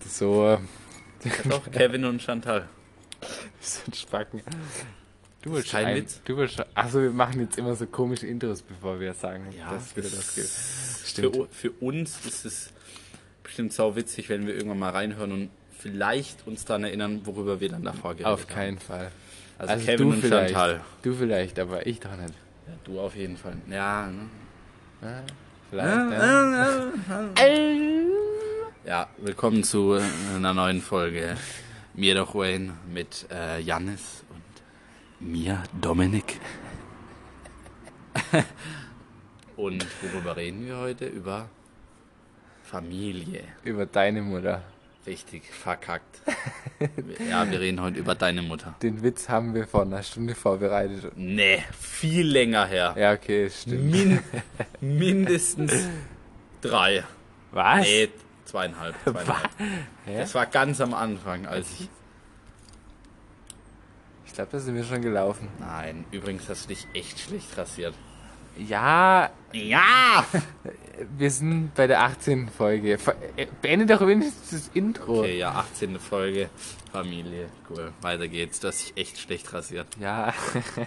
so, Doch, Kevin und Chantal. so ein Spacken. Du Das ist willst kein ein- Witz. Du willst Achso, wir machen jetzt immer so komische Intros, bevor wir sagen, Ja, dass wieder das geht. Für, Stimmt. u- für uns ist es bestimmt sau witzig, wenn wir irgendwann mal reinhören und vielleicht uns daran erinnern, worüber wir dann davor geredet Auf haben. keinen Fall. Also, Kevin und vielleicht. Chantal. Du vielleicht, aber ich doch nicht. Ja, du auf jeden Fall. Ja, ne? Vielleicht. ja. ja willkommen zu äh, einer neuen Folge. Mir doch Wayne mit äh, Jannis und mir Dominik. und worüber reden wir heute? Über Familie. Über deine Mutter. Richtig verkackt. ja, wir reden heute über deine Mutter. Den Witz haben wir vor einer Stunde vorbereitet. Nee, viel länger her. Ja, okay, stimmt. Min mindestens drei. Was? Nee, zweieinhalb. zweieinhalb. Das war ganz am Anfang, als ich. Ich glaube, da sind wir schon gelaufen. Nein, übrigens hast du dich echt schlecht rasiert. Ja, Ja! wir sind bei der 18. Folge. Ver- äh, Beende doch wenigstens das Intro. Okay, ja, 18. Folge. Familie. Cool. Weiter geht's. Du hast dich echt schlecht rasiert. Ja,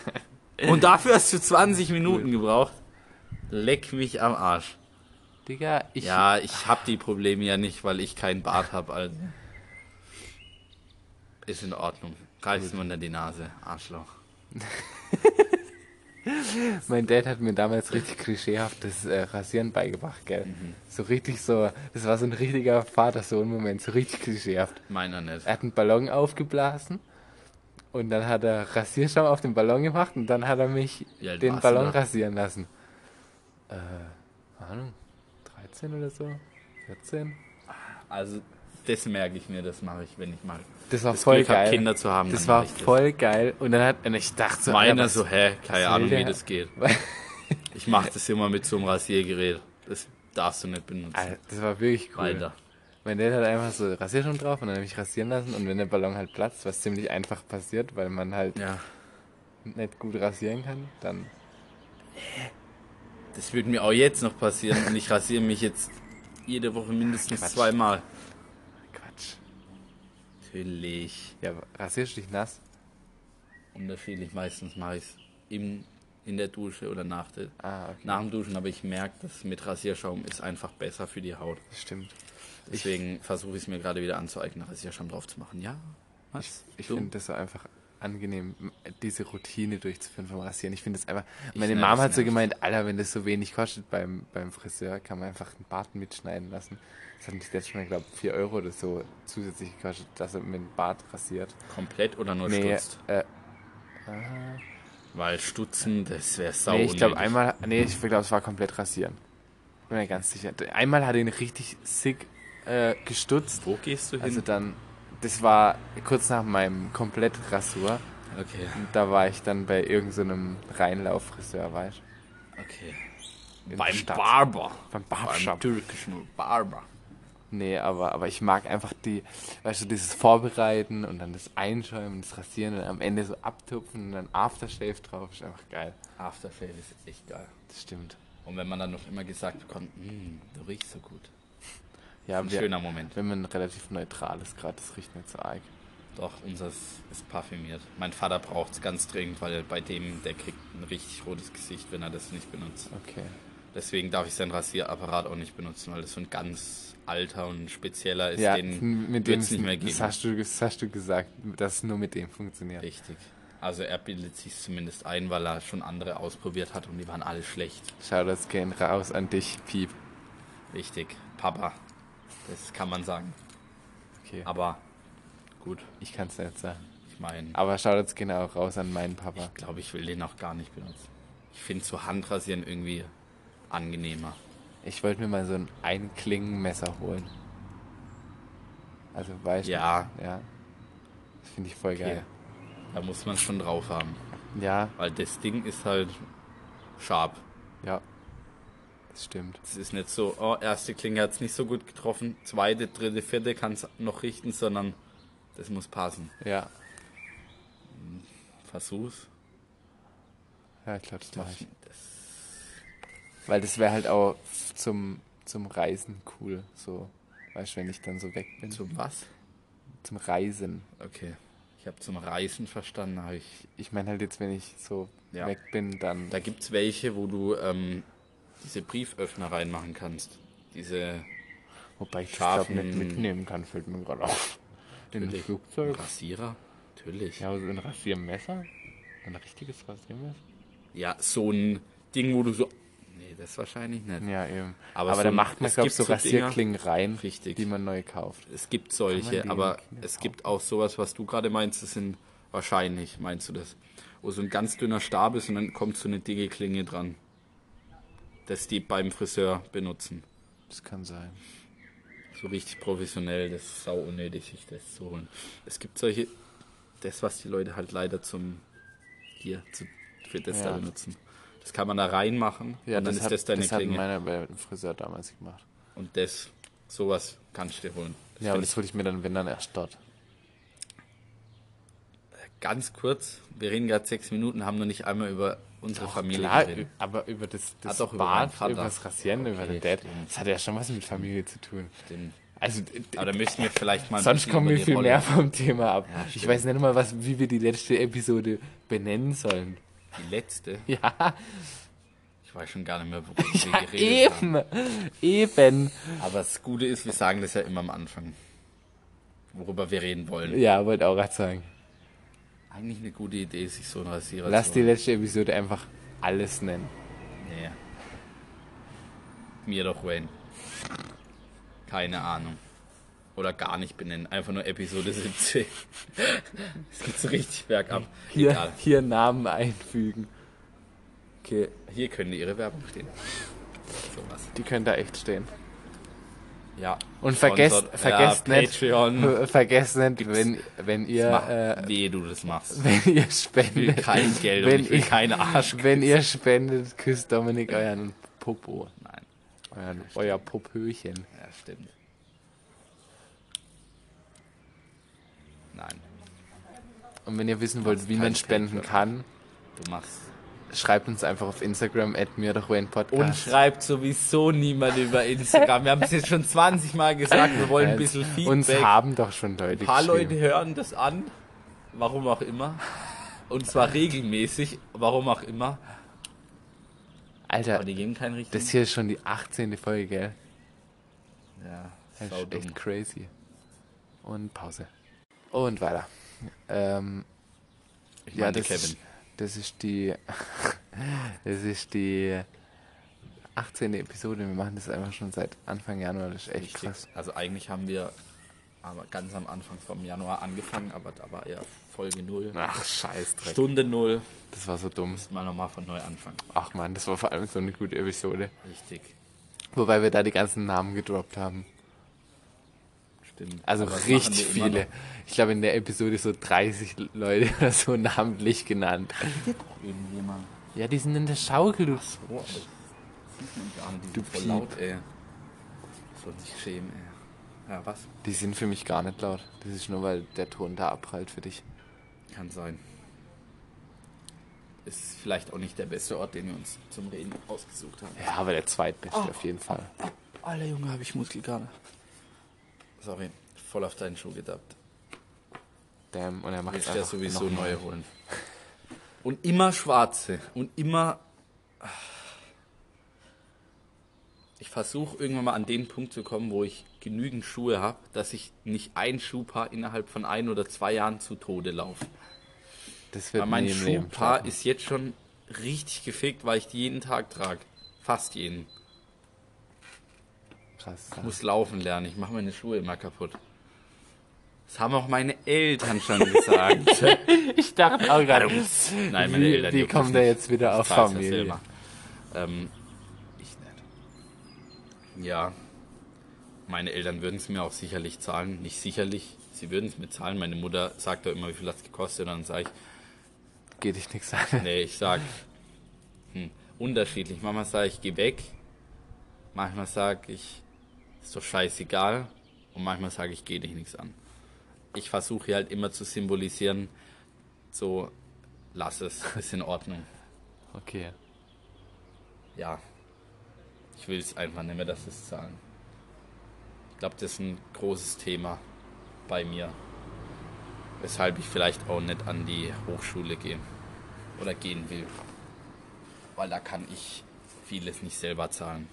Und dafür hast du 20 Minuten gebraucht. Leck mich am Arsch. Digga, ich. Ja, ich hab die Probleme ja nicht, weil ich keinen Bart hab. Also. Ist in Ordnung. Greifst mir unter die Nase, Arschloch. Mein Dad hat mir damals richtig klischeehaftes äh, Rasieren beigebracht, gell? Mhm. So richtig so, das war so ein richtiger Vater-Sohn-Moment, so richtig klischeehaft. Meiner nicht. Er hat einen Ballon aufgeblasen und dann hat er Rasierschaum auf den Ballon gemacht und dann hat er mich Wie alt den warst du Ballon da? rasieren lassen. Äh, keine Ahnung, 13 oder so? 14? Also, das merke ich mir, das mache ich, wenn ich mal. Das war das voll Glück hab, geil. Kinder zu haben. das dann war mach ich voll geil und dann hat, und ich dachte so, Alter, Meiner was- so, hä, keine was Ahnung, will wie der? das geht. Ich mache das immer mit so einem Rasiergerät. Das darfst du nicht benutzen. Alter, das war wirklich Ah, cool. Weiter. Mein Dad hat einfach so Rasierschaum drauf und dann habe ich rasieren lassen und wenn der Ballon halt platzt, was ziemlich einfach passiert, weil man halt Ja. nicht gut rasieren kann, dann Das würde mir auch jetzt noch passieren und ich rasiere mich jetzt jede Woche mindestens Quatsch. zweimal. Quatsch. Natürlich. Ja, aber rasierst du dich nass? unterschiedlich. Meistens mache ich es in, in der Dusche oder nach, der, Ah, okay. nach dem Duschen, aber ich merke, das mit Rasierschaum ist einfach besser für die Haut. Stimmt. Deswegen versuche ich es mir gerade wieder anzueignen, Rasierschaum drauf zu machen. Ja, was? Ich Du? finde das so einfach angenehm, m- diese Routine durchzuführen vom Rasieren. Ich finde das einfach. Ich Meine nerv's, Mama hat so nervt. gemeint, Alter, wenn das so wenig kostet beim, beim Friseur, kann man einfach einen Bart mitschneiden lassen. Das hat mich jetzt schon, glaube ich, 4 Euro oder so zusätzlich gekostet, dass er mir den Bart rasiert. komplett oder nur Nee, stutzt? äh, Weil stutzen, das wäre sau nee, ich glaube unnötig. einmal, nee, ich glaube, es war komplett rasieren. Bin mir ganz sicher. Einmal hat er ihn richtig sick äh, gestutzt. Wo gehst du hin? Also dann, das war kurz nach meinem Komplettrasur. okay, Da war ich dann bei irgendeinem so Reinlauffriseur, weißt du? okay. in Beim der Stadt. Barber. Beim Beim Barbershop. türkischen Barber. Nee, aber, aber ich mag einfach die, weißt du, dieses Vorbereiten und dann das Einschäumen, das Rasieren und am Ende so abtupfen und dann Aftershave drauf. Ist einfach geil. Aftershave ist echt geil. Das stimmt. Und wenn man dann noch immer gesagt bekommt, "Mm, du riechst so gut. Ja, Ein wir, schöner Moment. Wenn man relativ neutral ist gerade, das riecht nicht so arg. Doch, unseres ist parfümiert. Mein Vater braucht es ganz dringend, weil bei dem, der kriegt ein richtig rotes Gesicht, wenn er das nicht benutzt. Okay. Deswegen darf ich seinen Rasierapparat auch nicht benutzen, weil das so ein ganz alter und spezieller ist, Ja, den mit dem wird's nicht mehr geben. Das hast, du, das hast du gesagt, dass es nur mit dem funktioniert. Richtig. Also er bildet sich zumindest ein, weil er schon andere ausprobiert hat und die waren alle schlecht. Schau das gehen raus an dich, Piep. Richtig. Papa. Das kann man sagen. Okay, Aber gut, ich kann es nicht sagen. ich meine, Aber schau das gehen auch raus an meinen Papa. ich glaube, ich will den auch gar nicht benutzen. Ich finde so Handrasieren irgendwie angenehmer. Ich wollte mir mal so ein Einklingenmesser holen. Also weißt Ja. du? Ja. Das finde ich voll geil. Da muss man es schon drauf haben. Ja, Weil das Ding ist halt scharf. ja. Das stimmt. Es ist nicht so, oh, erste Klinge hat es nicht so gut getroffen, zweite, dritte, vierte kann es noch richten, sondern das muss passen. Ja. Versuch's. Ja, ich glaube, das mache ich. Das, Weil das wäre halt auch zum, zum Reisen cool. So. Weißt du, wenn ich dann so weg bin? Zum was? Zum Reisen. Okay. Ich habe zum Reisen verstanden, habe ich Ich meine halt jetzt, wenn ich so Ja. weg bin, dann. Da gibt es welche, wo du ähm, diese Brieföffner reinmachen kannst. Diese Wobei ich das glaub, nicht scharfen- mitnehmen kann, fällt mir gerade auf. In ein Natürlich. Flugzeug. Rasierer. Natürlich. Ja. Ja, so ein Rasiermesser. Ein richtiges Rasiermesser. so ein Ding, wo du so. Nee, das wahrscheinlich nicht. Ja, eben. Aber, Aber so da ein- macht man, es glaube ich, gibt so so Dinger- Rasierklingen rein, Richtig. die man neu kauft. Es gibt Kann man solche, die aber im Kino es kaufen? gibt auch sowas, was du gerade meinst, das sind wahrscheinlich, meinst du das? Wo so ein ganz dünner Stab ist und dann kommt so eine dicke Klinge dran. Das die beim Friseur benutzen. Das kann sein. so richtig professionell, das ist sau unnötig, sich das zu holen. Es gibt solche, das, was die Leute halt leider zum, hier, zu, für das Ja. da benutzen. Das kann man da reinmachen und dann ist das deine das Klinge. hat meiner bei dem Friseur damals gemacht. und das, sowas kannst du dir holen. Das ja, aber find das hole ich mir dann, wenn dann erst dort. ich ganz kurz, wir reden gerade sechs Minuten, haben noch nicht einmal über unsere Familie Klar, geredet. aber über das, das Ah, doch, über meinen Bad, über, Vater. das Rasieren, über Okay, den Dad, stimmt. das hat ja schon was mit Familie zu tun. Stimmt. Also, Aber da müssen wir vielleicht mal ein sonst bisschen kommen über wir die viel Rolle- mehr vom Thema ab. ich stimmt. weiß nicht mal, was, wie wir die letzte Episode benennen sollen. Die letzte, Ja, ich weiß schon gar nicht mehr, worüber wir geredet haben. eben, eben. Aber das Gute ist, wir sagen das ja immer am Anfang, worüber wir reden wollen. Ja, wollte auch gerade sagen. Eigentlich eine gute Idee, sich so einen Rasierer Lass zu die letzte Episode einfach alles nennen. Nee. Mir doch, Wayne. Keine Ahnung. Oder gar nicht benennen. Einfach nur Episode 17. Es geht so richtig bergab. Hier, Egal. hier Namen einfügen. Okay. Hier könnte ihre Werbung stehen. Sowas. Die können da echt stehen. Ja. Und vergesst, Sponsor- vergesst ja, nicht, Patreon. äh, vergesst nicht, wenn, wenn Mach, ihr, äh, Wehe, du das machst. wenn ihr Ich will spendet, kein Geld wenn und ich will ich- keine Arsch. wenn ihr spendet, küsst Dominik euren Popo, Nein. euren, euer Popöchen. Ja, stimmt. Nein. Und wenn ihr wissen wollt, wie kein man spenden Patreon. kann, Du machst. schreibt uns einfach auf Instagram at mir doch Wayne Und Podcast. schreibt sowieso niemand über Instagram. Wir haben es jetzt schon 20 Mal gesagt, wir wollen ein bisschen Feedback. Äh, Uns haben doch schon Leute ein paar Leute geschrieben. hören das an, warum auch immer. Und zwar regelmäßig, warum auch immer. Alter, Aber die geben keinen richtigen. das hier ist schon die 18. Folge, gell? ja, Das sau ist dumm. echt crazy. Und Pause. Und weiter. Ähm, Ich ja, meine das Kevin. ist, das ist die. das ist die 18. Episode. Wir machen das einfach schon seit Anfang Januar. Das ist echt Richtig. krass. Also eigentlich haben wir aber ganz am Anfang vom Januar angefangen, aber da war ja Folge 0. Ach, scheiß Dreck. Stunde 0. Das war so dumm. Mal nochmal von neu anfangen. Ach man, das war vor allem so eine gute Episode. Richtig. Wobei wir da die ganzen Namen gedroppt haben. Stimmt. Also Aber das machen richtig wir immer viele. Ich glaube, in der Episode so 30 Leute oder so namentlich genannt. noch. Irgendjemand. Ja, die sind in der Schaukel, du Boah, das sieht man gar nicht. Die Du sind voll Piep. laut, ey. So nicht schämen, ey. Ja, was? Die sind für mich gar nicht laut. Das ist nur, weil der Ton da abprallt für dich. Kann sein. Ist vielleicht auch nicht der beste Ort, den wir uns zum Reden ausgesucht haben. Ja, aber der zweitbeste auf jeden Fall. Alter Junge, habe ich Muskelkater. Sorry, voll auf deinen Schuh gedappt. Damn, und er macht Willst es ja einfach sowieso noch mal. neue holen. Und immer schwarze. Und immer. ah. Ich versuche irgendwann mal an den Punkt zu kommen, wo ich genügend Schuhe habe, dass ich nicht ein Schuhpaar innerhalb von ein oder zwei Jahren zu Tode laufe. Das Weil wird mein nie im Leben Schuhpaar starten. ist jetzt schon richtig gefickt, weil ich die jeden Tag trage. Fast jeden. Krass. Muss laufen lernen. Ich mache meine Schuhe immer kaputt. Das haben auch meine Eltern schon gesagt. Ich dachte auch gerade, Nein, meine wie, Eltern wie juckt das kommen da nicht. jetzt wieder auf Zahlst ja Familie? selber. Ähm, ich nicht. Ja, meine Eltern würden es mir auch sicherlich zahlen. Nicht sicherlich, sie würden es mir zahlen. Meine Mutter sagt da immer, wie viel hat es gekostet. Und dann sage ich, Geht dich nichts an. Nee, ich sag hm, unterschiedlich. Manchmal sage ich, geh weg. Manchmal sage ich, ist doch scheißegal. Und manchmal sage ich, geh dich nichts an. Ich versuche hier halt immer zu symbolisieren, so, lass es, ist in Ordnung. Okay. Ja. Ich will es einfach nicht mehr, dass es zahlen. Ich glaube, das ist ein großes Thema bei mir. Weshalb ich vielleicht auch nicht an die Hochschule gehe oder gehen will. Weil da kann ich vieles nicht selber zahlen.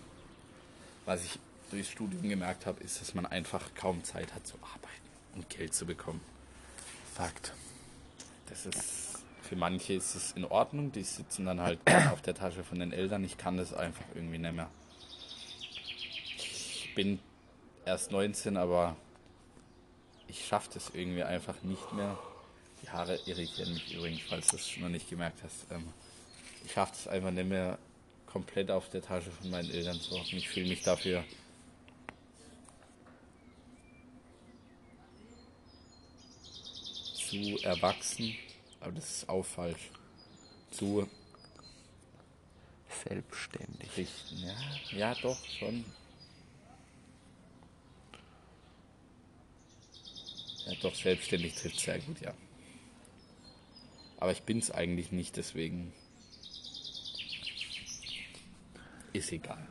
Was ich durchs Studium gemerkt habe, ist, dass man einfach kaum Zeit hat zu arbeiten und Geld zu bekommen. Fakt. Das ist für manche ist es in Ordnung, die sitzen dann halt gern auf der Tasche von den Eltern. Ich kann das einfach irgendwie nicht mehr. Ich bin erst 19, aber ich schaffe das irgendwie einfach nicht mehr. Die Haare irritieren mich übrigens, falls du es noch nicht gemerkt hast. Ähm, ich schaffe das einfach nicht mehr komplett auf der Tasche von meinen Eltern zu hocken. Ich fühle mich dafür zu erwachsen, aber das ist auch falsch. Zu Selbstständig. richten, ja, ja doch, schon. Ja doch, selbstständig trifft sehr gut, ja. Aber ich bin's eigentlich nicht, deswegen ist egal.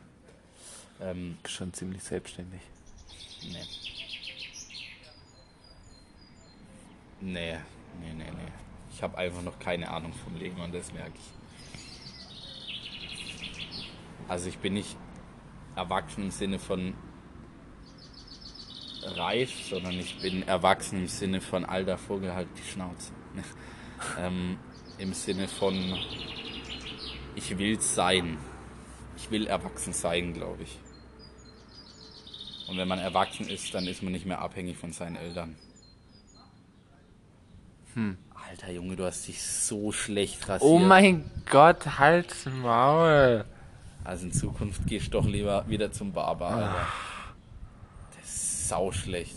Ähm, Schon ziemlich selbstständig. Nee. Nee, nee, nee, nee. Ich habe einfach noch keine Ahnung vom Leben und das merke ich. Also ich bin nicht erwachsen im Sinne von reif, sondern ich bin erwachsen im Sinne von alter Vogel halt die Schnauze. ähm, Im Sinne von ich will sein. Ich will erwachsen sein, glaube ich. Und wenn man erwachsen ist, dann ist man nicht mehr abhängig von seinen Eltern. Hm. Alter Junge, du hast dich so schlecht rasiert. Oh mein Gott, halt's Maul. Also in Zukunft gehst du doch lieber wieder zum Barber, Alter. Das ist sauschlecht.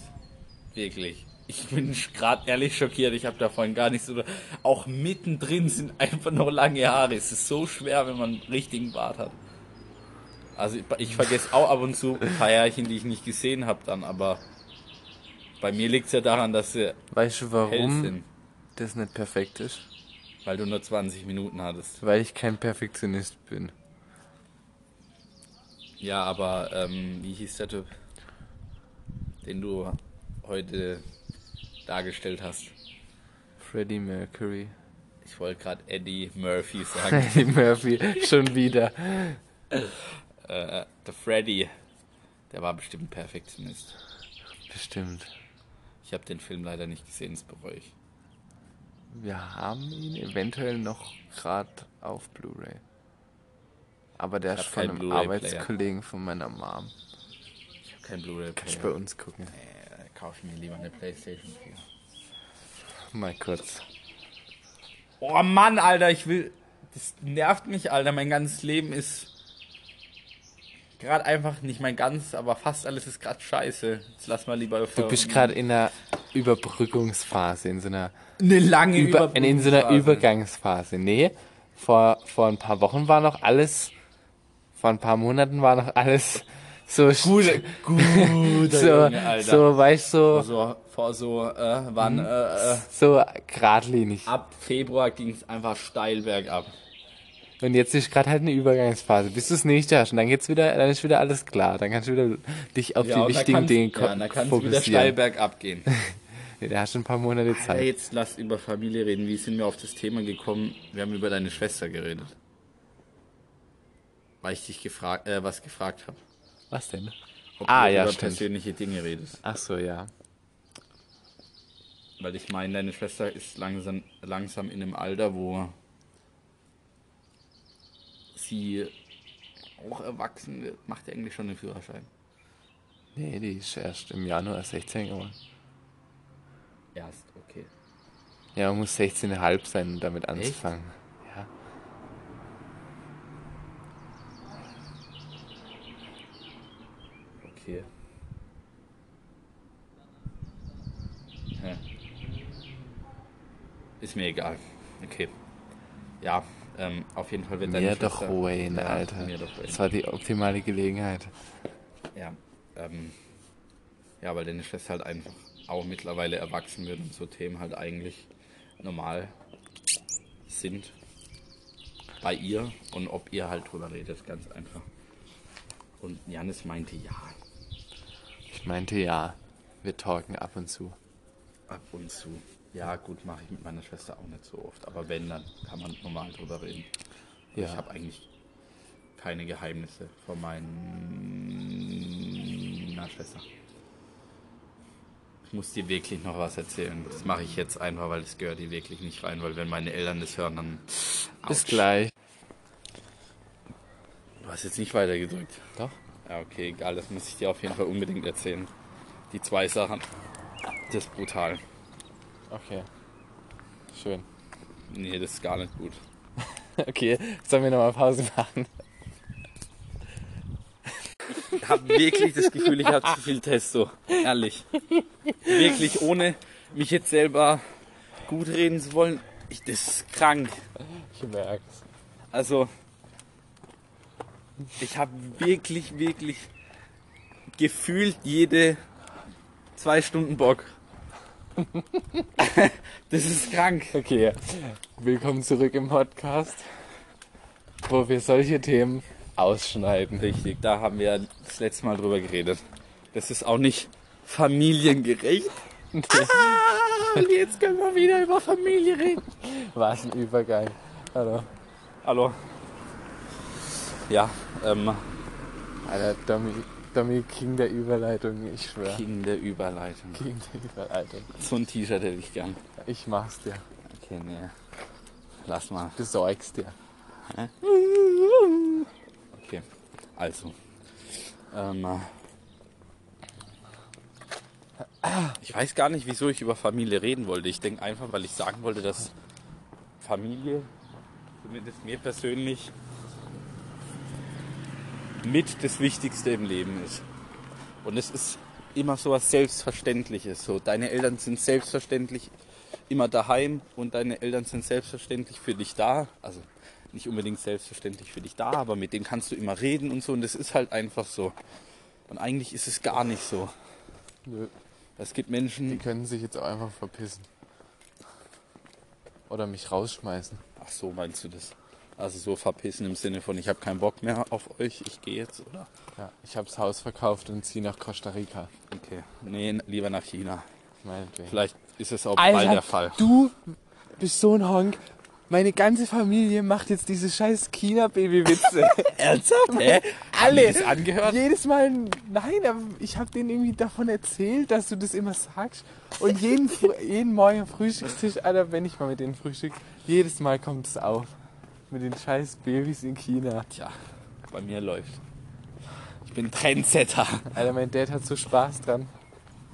Wirklich. Ich bin gerade ehrlich schockiert. Ich habe davon gar nichts. Oder auch mittendrin sind einfach nur lange Haare. Es ist so schwer, wenn man einen richtigen Bart hat. Also ich, ich vergesse auch ab und zu ein paar Jährchen, die ich nicht gesehen habe dann, aber bei mir liegt es ja daran, dass sie Weißt du, hell warum sind, das nicht perfekt ist? weil du nur 20 Minuten hattest. Weil ich kein Perfektionist bin. Ja, aber ähm, wie hieß der Typ, den du heute dargestellt hast? Freddie Mercury. Ich wollte gerade Eddie Murphy sagen. Freddie Murphy, schon wieder. äh, der Freddy, der war bestimmt Perfektionist. Bestimmt. Ich habe den Film leider nicht gesehen, das bereue ich. Wir haben ihn eventuell noch gerade auf Blu-ray. Aber der Ich ist hab von keinen einem Blu-ray-Player. Arbeitskollegen von meiner Mom. Ich habe kein Blu-ray. Kannst du bei uns gucken? Äh, kauf mir lieber eine Playstation 4. Mal kurz. Oh Mann, Alter, ich will. Das nervt mich, Alter. Mein ganzes Leben ist. Gerade einfach, nicht mein ganzes, aber fast alles ist gerade scheiße. Jetzt lass mal lieber. Du bist gerade in einer Überbrückungsphase, in so einer, Eine lange Über in so einer Überbrückungsphase. Übergangsphase. Nee, vor, vor ein paar Wochen war noch alles, vor ein paar Monaten war noch alles so Gute, gute so, Junge, Alter. Also, so, weißt du, so, so, vor so, äh, wann, äh, äh, so geradlinig. ab Februar ging es einfach steil bergab. Und jetzt ist gerade halt eine Übergangsphase, bis du es nicht hast. Und dann geht's wieder, dann ist wieder alles klar. Dann kannst du wieder dich auf die und da wichtigen kann's- Dinge ja, und da ko- kann es wieder steil fokussieren. halt bergab gehen. Nee, da hast du ein paar Monate Alter, Zeit. jetzt lass über Familie reden. Wie sind wir auf das Thema gekommen? Wir haben über deine Schwester geredet. Weil ich dich gefragt, äh, was gefragt habe. Was denn? Ob Ah, du ja, über stimmt. persönliche Dinge redest. Ach so, ja. Weil ich meine, deine Schwester ist langsam, langsam in einem Alter, wo sie auch erwachsen wird. Macht ja eigentlich schon den Führerschein. Nee, die ist erst im Januar 16 geworden. Erst, okay. Ja, man muss 16,5 sein, um damit anzufangen. Ja. Okay. Hä. Ist mir egal. Okay. Ja, ähm, auf jeden Fall wird deine Mir doch Schwester- Wayne, Ja, Alter. Mir doch Wayne. Das war die optimale Gelegenheit. Ja, ähm, ja, weil deine Schwester halt einfach auch mittlerweile erwachsen wird und so Themen halt eigentlich normal sind bei ihr und ob ihr halt drüber redet, ganz einfach. Und Janis meinte ja. Ich meinte ja. Wir talken ab und zu. Ab und zu. Ja, gut, mache ich mit meiner Schwester auch nicht so oft. Aber wenn, dann kann man normal drüber reden. Ja. Ich habe eigentlich keine Geheimnisse von meiner Schwester. Ich muss dir wirklich noch was erzählen. Das mache ich jetzt einfach, weil es gehört dir wirklich nicht rein. Weil wenn meine Eltern das hören, dann... Bis Autsch. gleich. Du hast jetzt nicht weitergedrückt. Doch? Ja, okay, egal, das muss ich dir auf jeden Fall unbedingt erzählen. Die zwei Sachen. Das ist brutal. Okay. Schön. Nee, das ist gar nicht gut. Okay, sollen wir nochmal Pause machen? Ich habe wirklich das Gefühl, ich habe zu viel Testo. Ehrlich. Wirklich, ohne mich jetzt selber gut reden zu wollen. Ich, das ist krank. Ich merk's. Also, ich habe wirklich, wirklich gefühlt jede zwei Stunden Bock. Das ist krank. Okay, willkommen zurück im Podcast, wo wir solche Themen ausschneiden. Richtig, da haben wir das letzte Mal drüber geredet. Das ist auch nicht familiengerecht. Ah, und jetzt können wir wieder über Familie reden. Was ein Übergang. Hallo. Hallo. Ja, ähm, Alter, Dummy, Dummy King der Überleitung, ich schwör. King der Überleitung. King der Überleitung. So ein T-Shirt hätte ich gern. Ich mach's dir. Okay, nee. Lass mal. Du sorgst dir. Okay, also. Ähm, äh, ich weiß gar nicht, wieso ich über Familie reden wollte. Ich denke einfach, weil ich sagen wollte, dass Familie, zumindest mir persönlich, mit das Wichtigste im Leben ist. Und es ist immer so was Selbstverständliches. So, deine Eltern sind selbstverständlich immer daheim und deine Eltern sind selbstverständlich für dich da. Also nicht unbedingt selbstverständlich für dich da, aber mit denen kannst du immer reden und so. Und das ist halt einfach so. Und eigentlich ist es gar nicht so. Nö, Es gibt Menschen, die können sich jetzt auch einfach verpissen. Oder mich rausschmeißen. Ach so, meinst du das? Also so verpissen im Sinne von, ich habe keinen Bock mehr auf euch, ich gehe jetzt, oder? Ja, ich hab's Haus verkauft und zieh nach Costa Rica. Okay. Nee, n- lieber nach China. Meinetwegen. Vielleicht ist es auch bald der Fall. du bist so ein Honk. Meine ganze Familie macht jetzt diese scheiß China-Baby-Witze. Ernsthaft? Hä? Alle. das angehört? Jedes Mal, nein, aber ich habe denen irgendwie davon erzählt, dass du das immer sagst. Und jeden, Fr- jeden Morgen am Frühstückstisch, Alter, wenn ich mal mit denen frühstück, jedes Mal kommt es auf. Mit den scheiß Babys in China. Tja, bei mir läuft. Ich bin Trendsetter. Alter, mein Dad hat so Spaß dran.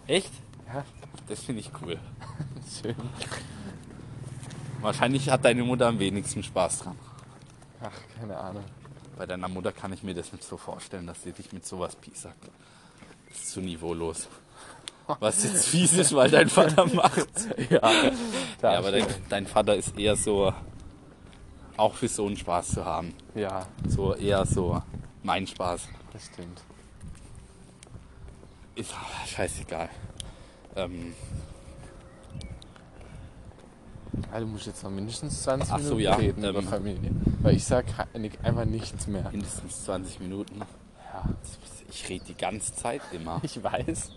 Echt? Ja, Das finde ich cool. schön. Wahrscheinlich hat deine Mutter am wenigsten Spaß dran. Ach, keine Ahnung. Bei deiner Mutter kann ich mir das nicht so vorstellen, dass sie dich mit sowas piesackt. Das ist zu niveaulos. Was jetzt fies ist, weil dein Vater macht. Ja, Ja, aber dein, dein Vater ist eher so, auch für so einen Spaß zu haben. ja, So eher so, mein Spaß. das stimmt. Ist ah, scheißegal. Ähm, Alter, du musst Also jetzt noch mindestens 20 Ach so, Minuten ja, reden ähm. über Familie. Weil ich sag ha- ni- einfach nichts mehr. mindestens 20 Minuten. Ja, Ich rede die ganze Zeit immer. ich weiß.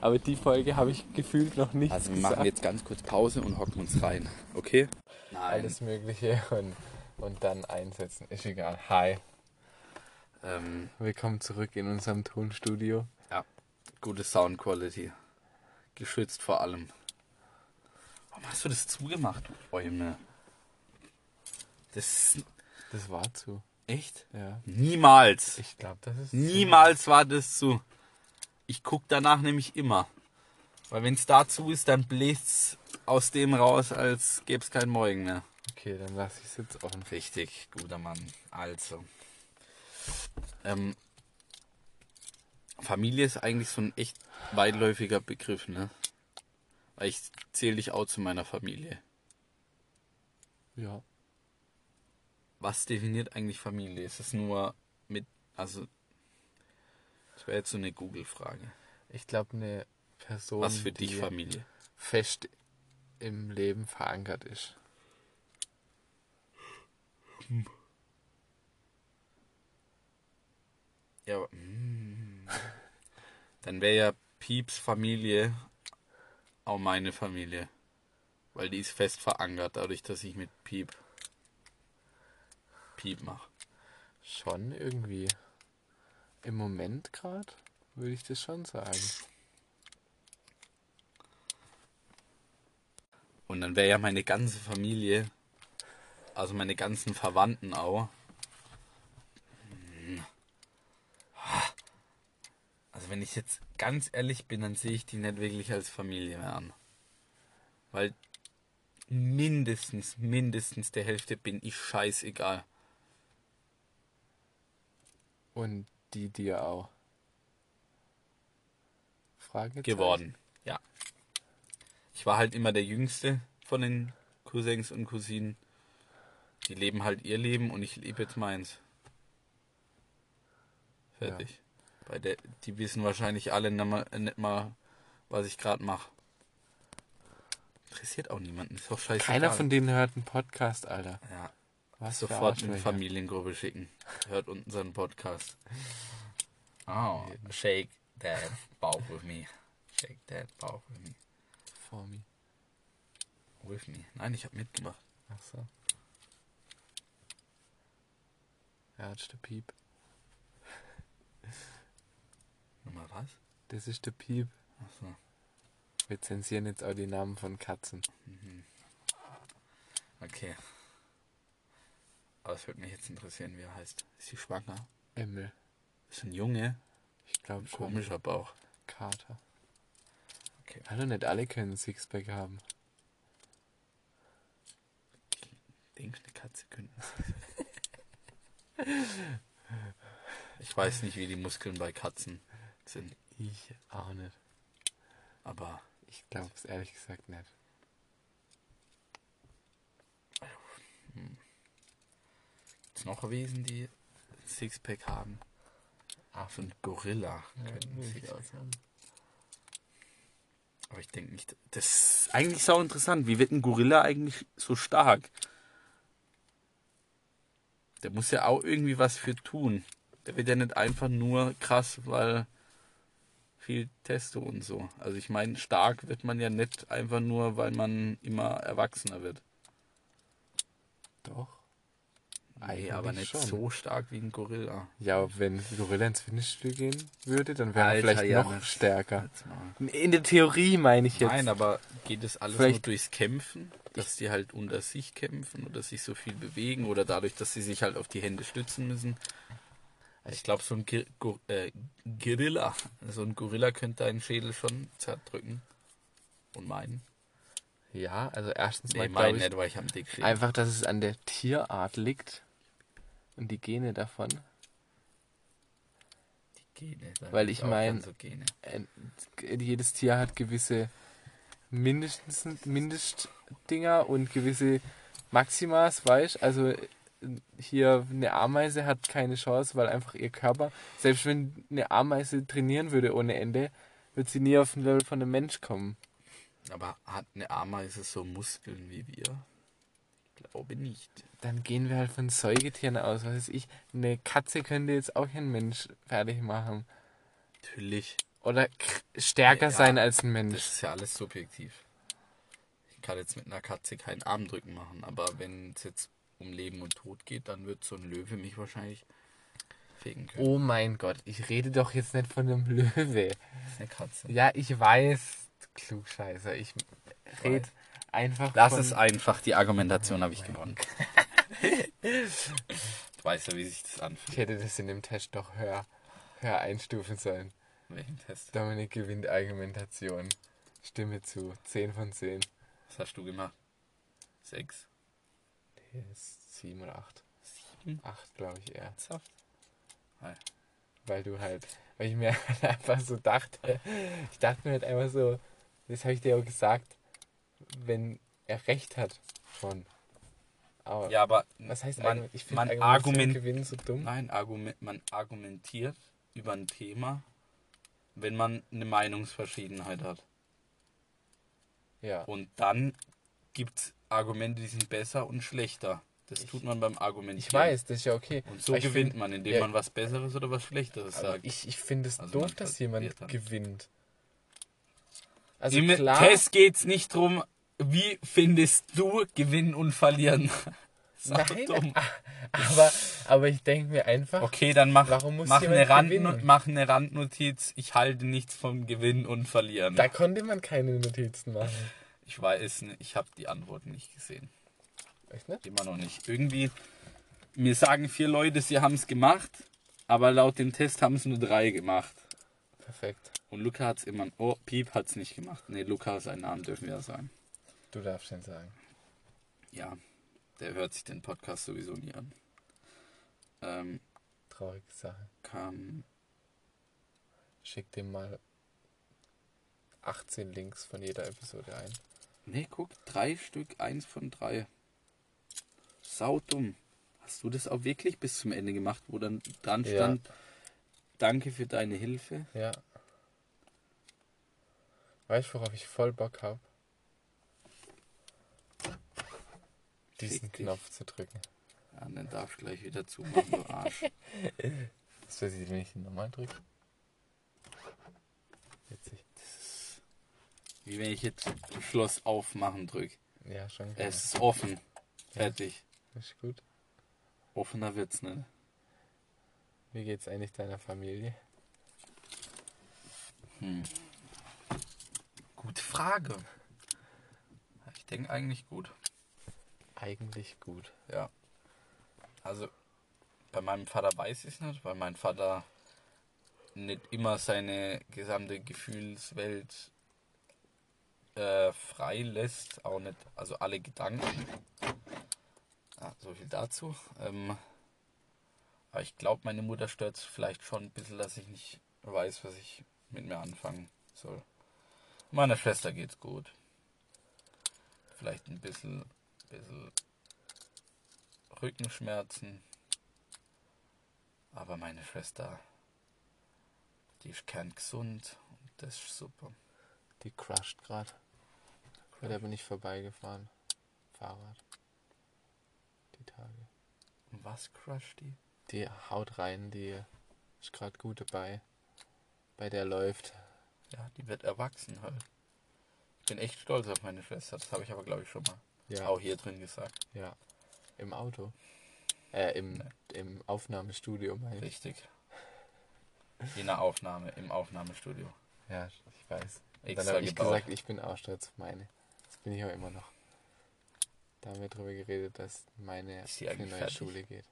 Aber die Folge habe ich gefühlt noch nichts Also wir gesagt. machen jetzt ganz kurz Pause und hocken uns rein. Okay? Nein. alles Mögliche und, und dann einsetzen. Ist egal. Hi. Ähm, Willkommen zurück in unserem Tonstudio. ja, gute Sound Quality. Geschützt vor allem. Warum hast du das zugemacht, du Bäume? Das ist Das war zu. echt? Ja. Niemals. Ich glaube, das ist. Niemals war das zu. Ich guck danach nämlich immer. Weil wenn es dazu ist, dann bläst's aus dem raus, als gäbe es keinen Morgen mehr. Okay, dann lasse ich es jetzt offen. Richtig, guter Mann. Also. Ähm, Familie ist eigentlich so ein echt weitläufiger Begriff, ne? Weil ich zähle dich auch zu meiner Familie. Ja. Was definiert eigentlich Familie? Ist es nur mit, also, das wäre jetzt so eine Google-Frage. Ich glaube, eine Person, Was für dich die Familie? fest im Leben verankert ist. Ja, aber, mm. dann wäre ja Pieps Familie auch meine Familie. Weil die ist fest verankert, dadurch, dass ich mit Piep Piep mache. Schon irgendwie. Im Moment gerade würde ich das schon sagen. Und dann wäre ja meine ganze Familie, also meine ganzen Verwandten auch. Hm. Ah. Also wenn ich jetzt ganz ehrlich bin, dann sehe ich die nicht wirklich als Familie mehr an. Weil mindestens, mindestens der Hälfte bin ich scheißegal. Und die dir auch. Frage geworden. Ja. Ich war halt immer der Jüngste von den Cousins und Cousinen. Die leben halt ihr Leben und ich lebe jetzt meins. Fertig. Bei der, die wissen wahrscheinlich alle nicht mal, nicht mal was ich gerade mache. Interessiert auch niemanden, ist doch scheiße. Keiner von denen hört einen Podcast, Alter. Ja, Was für sofort in die Arschlöcher. Familiengruppe schicken. Hört unseren Podcast. Oh, shake that Bauch with me. Shake that Bauch with me. Vor mir. With me. Nein, ich habe mitgemacht. Ach so. Ja, das ist der Piep. Nochmal was? Das ist der Piep. Achso. Wir zensieren jetzt auch die Namen von Katzen. Mhm. Okay. Aber es würde mich jetzt interessieren, wie er heißt. Ist sie schwanger? Emmel. Ist ein Junge? Ich glaube schon. Komischer Bauch. Kater. Okay. Hallo, nicht alle können ein Sixpack haben. Denkst eine Katze könnte. ich weiß nicht, wie die Muskeln bei Katzen sind, Ich auch nicht. aber Ich glaube es ehrlich gesagt nicht. es noch Wesen, die ein Sixpack haben. So ein Gorilla könnten ein Sixpack haben. Aber ich denke nicht, das ist eigentlich sau interessant. Wie wird ein Gorilla eigentlich so stark? Der muss ja auch irgendwie was für tun. Der wird ja nicht einfach nur krass, weil viel Testo und so. Also ich meine, stark wird man ja nicht einfach nur, weil man immer erwachsener wird. Doch. Nee, aber Eigentlich schon. nicht so stark wie ein Gorilla. Ja, aber wenn ein Gorilla ins Fitnessstudio gehen würde, dann wäre er Alter, vielleicht ja, noch das- stärker. Jetzt mal. In der Theorie meine ich jetzt. Nein, aber geht das alles nur Vielleicht- durchs Kämpfen, dass die halt unter sich kämpfen oder sich so viel bewegen oder dadurch, dass sie sich halt auf die Hände stützen müssen? Ich glaube, so ein Gir Gor äh, Gorilla, so ein Gorilla könnte deinen Schädel schon zerdrücken und meinen. Ja, also erstens Nee, mal meinen glaube nicht, weil ich am Dick ich stehe. einfach, dass es an der Tierart liegt und die Gene davon. Gene, da Weil gibt's ich auch mein- dann So Gene. Äh, jedes Tier hat gewisse mindestens Mindestdinger und gewisse Maximas, weißt Also äh, hier eine Ameise hat keine Chance, weil einfach ihr Körper, selbst wenn eine Ameise trainieren würde ohne Ende, wird sie nie auf den Level von einem Mensch kommen. Aber hat eine Ameise so Muskeln wie wir? Ich glaube nicht. Dann gehen wir halt von Säugetieren aus, was weiß ich. Eine Katze könnte jetzt auch kein Mensch fertig machen. Natürlich. Oder k- stärker Ja, sein als ein Mensch. Das ist ja alles subjektiv. Ich kann jetzt mit einer Katze keinen Armdrücken machen, aber wenn es jetzt um Leben und Tod geht, dann wird so ein Löwe mich wahrscheinlich fegen können. Oh mein Gott, ich rede doch jetzt nicht von einem Löwe. Das ist eine Katze. Ja, ich weiß, Klugscheißer. Ich rede einfach Das von... ist einfach, die Argumentation habe ich gewonnen. du weißt ja, wie sich das Ich anfühlt. hätte das in dem Test doch höher, höher einstufen sollen. Welchen Test? Dominik gewinnt Argumentation. Stimme zu. 10 von 10. Was hast du gemacht? Sechs. Hier ist 7 oder 8. Sieben? 8 glaube ich eher. Ernsthaft? Weil du halt... Weil ich mir halt einfach so dachte... Ich dachte mir halt einfach so... Das habe ich dir auch gesagt. Wenn er recht hat schon. Aber... Ja, aber Was heißt man, Argument- Ich man finde argument, gewinnen so dumm. Nein, Argument, man argumentiert über ein Thema, wenn man eine Meinungsverschiedenheit hat. Ja. Und dann gibt es Argumente, die sind besser und schlechter. Das tut man beim Argumentieren. Ich weiß, das ist ja okay. Und so Aber ich gewinnt find- man, indem ja. man was Besseres oder was Schlechteres Aber sagt. ich, ich finde es Also man doof, dass jemand verliert dann. gewinnt. Also Im klar, Test geht's nicht drum, wie findest du gewinnen und verlieren. Ist auch nein, aber, aber ich denke mir einfach, Okay, dann mach, Warum muss mach, eine jemand Randno gewinnen? mach eine Randnotiz. Ich halte nichts vom Gewinnen und Verlieren. da konnte man keine Notizen machen. Ich weiß nicht, ich habe die Antworten nicht gesehen. Echt nicht? Immer noch nicht. Irgendwie, mir sagen vier Leute, sie haben es gemacht, aber laut dem Test haben es nur drei gemacht. Perfekt. Und Luca hat es immer. Oh, Piep hat es nicht gemacht. Nee, Luca, seinen Namen dürfen wir ja sagen. Du darfst schon sagen. Ja, der hört sich den Podcast sowieso nie an. Ähm, Traurige Sache. kam. Schick dem mal 18 Links von jeder Episode ein. Nee, guck, drei Stück, eins von drei. Saudumm. Hast du das auch wirklich bis zum Ende gemacht, wo dann dran Ja. stand, danke für deine Hilfe? Ja. Weißt du, worauf ich voll Bock habe? Diesen Fick dich. Knopf zu drücken. Ja, dann darfst du gleich wieder zumachen, du Arsch. Das passiert, wenn ich ihn normal drücke. Witzig. Wie wenn ich jetzt das Schloss aufmachen drücke. Ja, schon genau. Es ist offen. Fertig. Ist gut. Offener wird's ne? nicht. Wie geht's eigentlich deiner Familie? Hm. Gute Frage. Ich denke eigentlich gut. Eigentlich gut. Ja. Also, bei meinem Vater weiß ich es nicht, weil mein Vater nicht immer seine gesamte Gefühlswelt äh, frei lässt, auch nicht, also alle Gedanken. Ja, so viel dazu. Ähm, aber ich glaube, meine Mutter stört es vielleicht schon ein bisschen, dass ich nicht weiß, was ich mit mir anfangen soll. Meiner Schwester geht's gut. Vielleicht ein bisschen, bisschen Rückenschmerzen. Aber meine Schwester, die ist kerngesund und das ist super. Die crusht gerade. Weil da bin ich vorbeigefahren. Fahrrad. Die Tage. Und was crusht die? Die haut rein, die ist gerade gut dabei. Bei der läuft. Ja, die wird erwachsen halt. Ich bin echt stolz auf meine Schwester, das habe ich aber glaube ich schon mal Ja. auch hier drin gesagt. Ja. Im Auto. Äh, im, im Aufnahmestudio meine ich. Richtig. In der Aufnahme, im Aufnahmestudio. Ja, ich weiß. Und dann Extra habe ich gebaut. gesagt, ich bin auch stolz auf meine. Das bin ich auch immer noch. Da haben wir drüber geredet, dass meine Ist auf sie eine neue eigentlich fertig? Schule geht.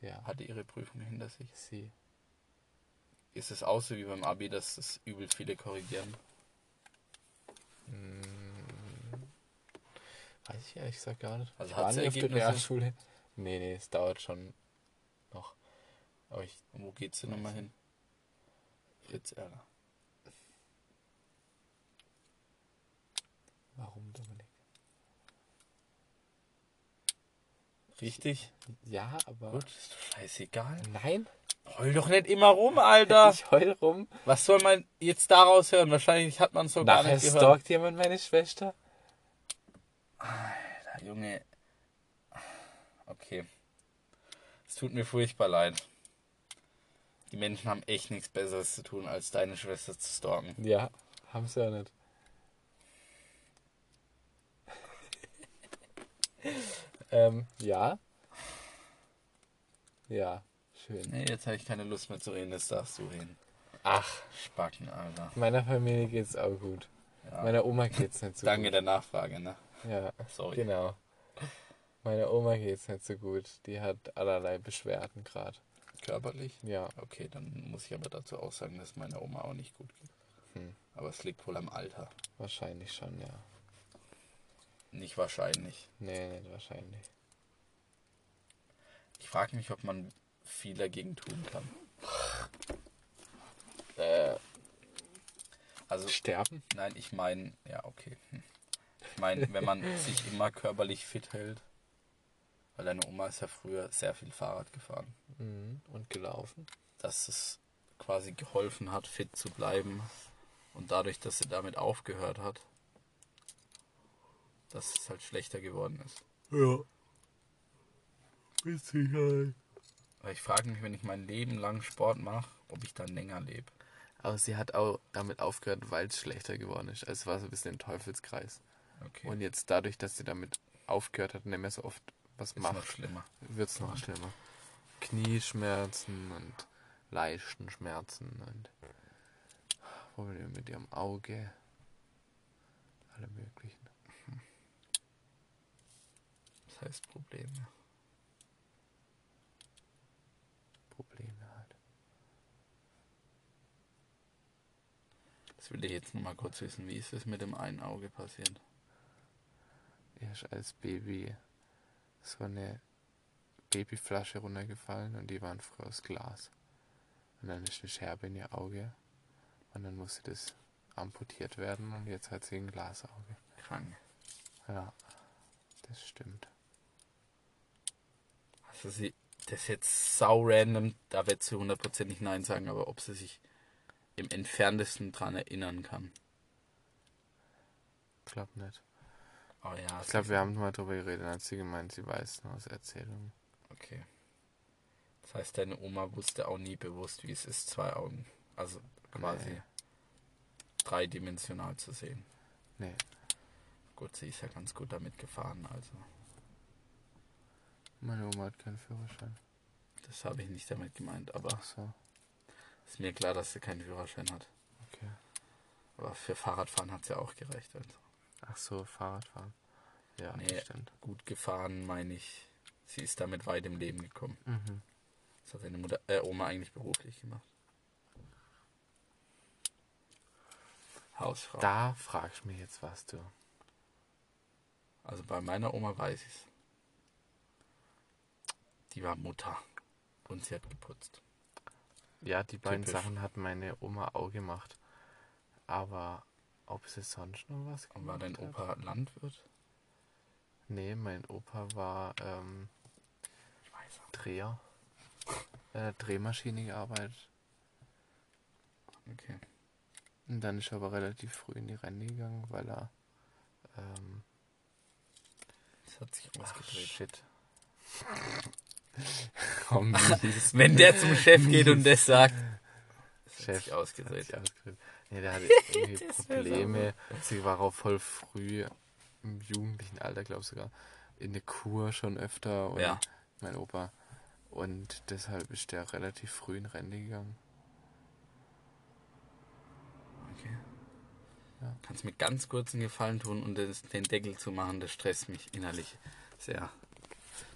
Ja, Hatte ihre Prüfung hinter sich. sie. Ist es auch so wie beim Abi, dass es übel viele korrigieren? mm, Weiß ich ehrlich gesagt gar nicht. Also ich hat war sie nicht auf der Ergebnisse? Realschule. Nee, nee, es dauert schon noch. Aber ich, Und wo geht's denn nochmal hin? Fritz äh, Erler. warum, Dominik? Richtig? Ja, aber. Gut, ist doch scheißegal. Nein, Heul doch nicht immer rum, Alter. ich heul rum. Was soll man jetzt daraus hören? Wahrscheinlich hat man so gar Nachher nicht gehört. stalkt jemand meine Schwester. Alter, Junge. Okay. Es tut mir furchtbar leid. Die Menschen haben echt nichts Besseres zu tun, als deine Schwester zu stalken. Ja, haben sie ja nicht. ähm, ja. Ja, schön. Nee, jetzt habe ich keine Lust mehr zu reden, das darfst du reden. Ach, Spacken, Alter. meiner Familie geht's auch gut. Ja. Meiner Oma geht's nicht so Danke gut. der Nachfrage, ne? Ja, Sorry. genau. Meiner Oma geht's nicht so gut. Die hat allerlei Beschwerden gerade. Körperlich? Ja, Okay, dann muss ich aber dazu auch sagen, dass meiner Oma auch nicht gut geht. Hm. Aber es liegt wohl am Alter. wahrscheinlich schon, ja. Nicht wahrscheinlich. Nee, nicht wahrscheinlich. Ich frage mich, ob man viel dagegen tun kann. Äh, Also, Sterben? nein, ich meine, ja, okay. Hm. Ich meine, wenn man sich immer körperlich fit hält, weil deine Oma ist ja früher sehr viel Fahrrad gefahren, Mhm. Und gelaufen? dass es quasi geholfen hat, fit zu bleiben. Und dadurch, dass sie damit aufgehört hat, dass es halt schlechter geworden ist. Ja. Mit Sicherheit. Aber ich frage mich, wenn ich mein Leben lang Sport mache, ob ich dann länger lebe. Aber sie hat auch damit aufgehört, weil es schlechter geworden ist. Also es war so ein bisschen ein Teufelskreis. Okay. Und jetzt dadurch, dass sie damit aufgehört hat und nicht mehr so oft was ist noch macht, schlimmer. wird es noch schlimmer. Knieschmerzen und Leistenschmerzen und Probleme mit ihrem Auge. Alle möglichen. Das heißt Probleme. Probleme halt. Das will ich jetzt noch mal kurz wissen. Wie ist es mit dem einen Auge passiert? Er ist als Baby so eine Babyflasche runtergefallen und die waren früher aus Glas. Und dann ist eine Scherbe in ihr Auge und dann musste das amputiert werden und jetzt hat sie ein Glasauge. Krank. Ja, das stimmt. Also sie, das ist jetzt sau random, da wird sie hundertprozentig Nein sagen, aber ob sie sich im entferntesten dran erinnern kann. Glaub nicht. Oh ja, Ich glaube, wir haben mal drüber geredet, dann hat sie gemeint, sie weiß nur aus Erzählungen. okay. Das heißt, deine Oma wusste auch nie bewusst, wie es ist, zwei Augen, also quasi Nee. dreidimensional zu sehen. Nee, Gut, sie ist ja ganz gut damit gefahren, also meine Oma hat keinen Führerschein. das habe ich nicht damit gemeint, aber Ach so, ist mir klar, dass sie keinen Führerschein hat. okay. Aber für Fahrradfahren hat es ja auch gereicht, also. Ach so, Fahrradfahren. Ja, Nee. das stimmt. Gut gefahren, meine ich. Sie ist damit weit im Leben gekommen. Mhm. Das hat deine Mutter, äh, Oma eigentlich beruflich gemacht. Hausfrau. Da fragst du mich jetzt was, du. Also bei meiner Oma weiß ich's. Die war Mutter. Und sie hat geputzt. Ja, die beiden Typisch. Sachen hat meine Oma auch gemacht. Aber ob sie sonst noch was Und war dein gemacht hat? Opa Landwirt? Nee, mein Opa war ähm, Ich weiß auch. Dreher. Äh, Drehmaschine gearbeitet. Okay. Und dann ist er aber relativ früh in die Rente gegangen, weil er. Ähm, Das hat sich ach, ausgedreht. shit. Komm, mies. Wenn der zum Chef geht und das sagt. Das Chef hat sich hat sich ausgedreht. ausgedreht. Nee, der hatte irgendwie Probleme. Sie war auch voll früh im jugendlichen Alter, glaube ich sogar, in der Kur schon öfter. Und Ja. Mein Opa. Und deshalb ist der relativ früh in Rente gegangen. Okay. Ja. Kannst mir ganz kurz einen Gefallen tun und das, den Deckel zu machen, das stresst mich innerlich sehr.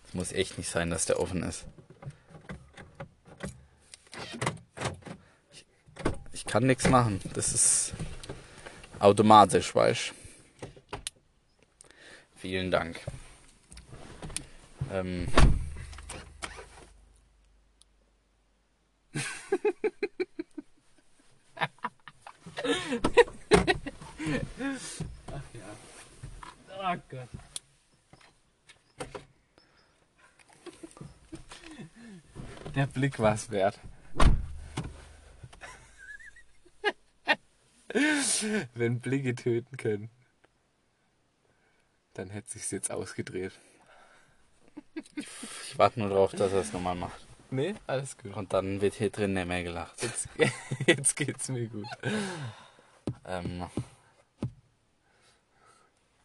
Es muss echt nicht sein, dass der offen ist. Ich, ich kann nichts machen. Das ist automatisch, weißt Vielen Dank. Ähm. Oh Gott. Der Blick war es wert. Wenn Blicke töten können, dann hätte sich's jetzt ausgedreht. Ich warte nur drauf, dass er es nochmal macht. Nee, alles gut. Und dann wird hier drin nicht mehr gelacht. Jetzt, jetzt geht's mir gut. Ähm.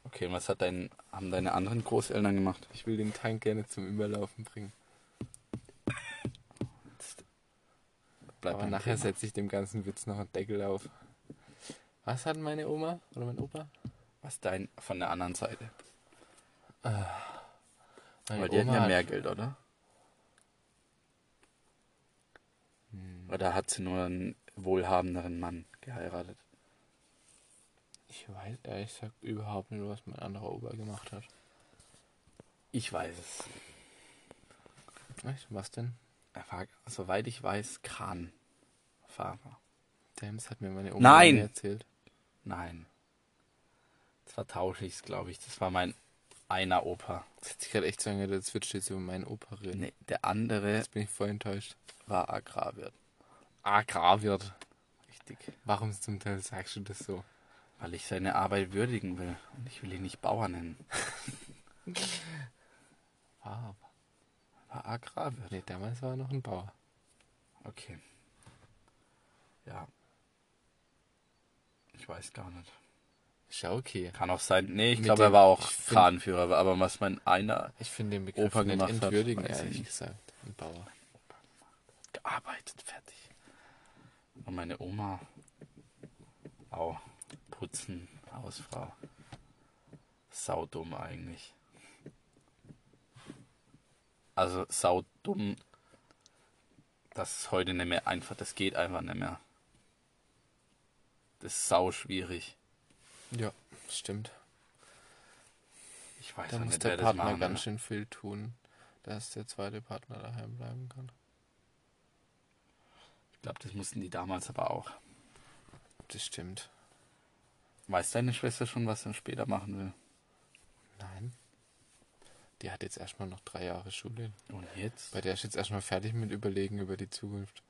Okay, und was hat dein, haben deine anderen Großeltern gemacht? Ich will den Tank gerne zum Überlaufen bringen. Bleib Aber beim nachher Thema. setze ich dem ganzen Witz noch einen Deckel auf. Was hat meine Oma oder mein Opa? Was dein von der anderen Seite? Meine Weil die hatten ja hat- mehr Geld, oder? Hm, Oder hat sie nur einen wohlhabenderen Mann geheiratet? Ich weiß ehrlich gesagt überhaupt nicht, was mein anderer Opa gemacht hat. Ich weiß es. Echt? Was denn? Er war, soweit ich weiß, Kranfahrer. Dams hat mir meine Oma Nein! nie erzählt. Nein. Jetzt vertausche ich es, glaube ich. Das war mein einer Opa. Das hat sich gerade echt so angehört, als würdest du jetzt über meinen Opa reden. Nee, der andere Jetzt bin ich voll enttäuscht. war Agrarwirt. Agrarwirt. Richtig. Warum zum Teil sagst du das so? Weil ich seine Arbeit würdigen will. Und ich will ihn nicht Bauer nennen. Ah, War Agrarwirt. nee, damals war er noch ein Bauer. Okay. Ja. Ich weiß gar nicht. Schau, okay. Kann auch sein. Nee, ich Mit glaube, er dem- war auch ich find- Fahnenführer. Aber was mein einer Ich finde den Begriff Opa nicht gemacht hat, entwürdigend, weiß ich ehrlich nicht. gesagt. Ein Bauer. gearbeitet, fertig. Und meine Oma. Au. Putzen, Hausfrau. Saudumm eigentlich. Also saudumm, das ist heute nicht mehr einfach, das geht einfach nicht mehr. Das ist sau schwierig. Ja, stimmt. Ich weiß Da auch muss nicht, der wer das Partner machen ne? ganz ganz schön viel tun, dass der zweite Partner daheim bleiben kann. Ich glaube, das mussten die damals aber auch. Das stimmt. Weiß deine Schwester schon, was sie später machen will? Nein. Die hat jetzt erstmal noch drei Jahre Schule. Und jetzt? Bei der ist jetzt erstmal fertig mit Überlegen über die Zukunft.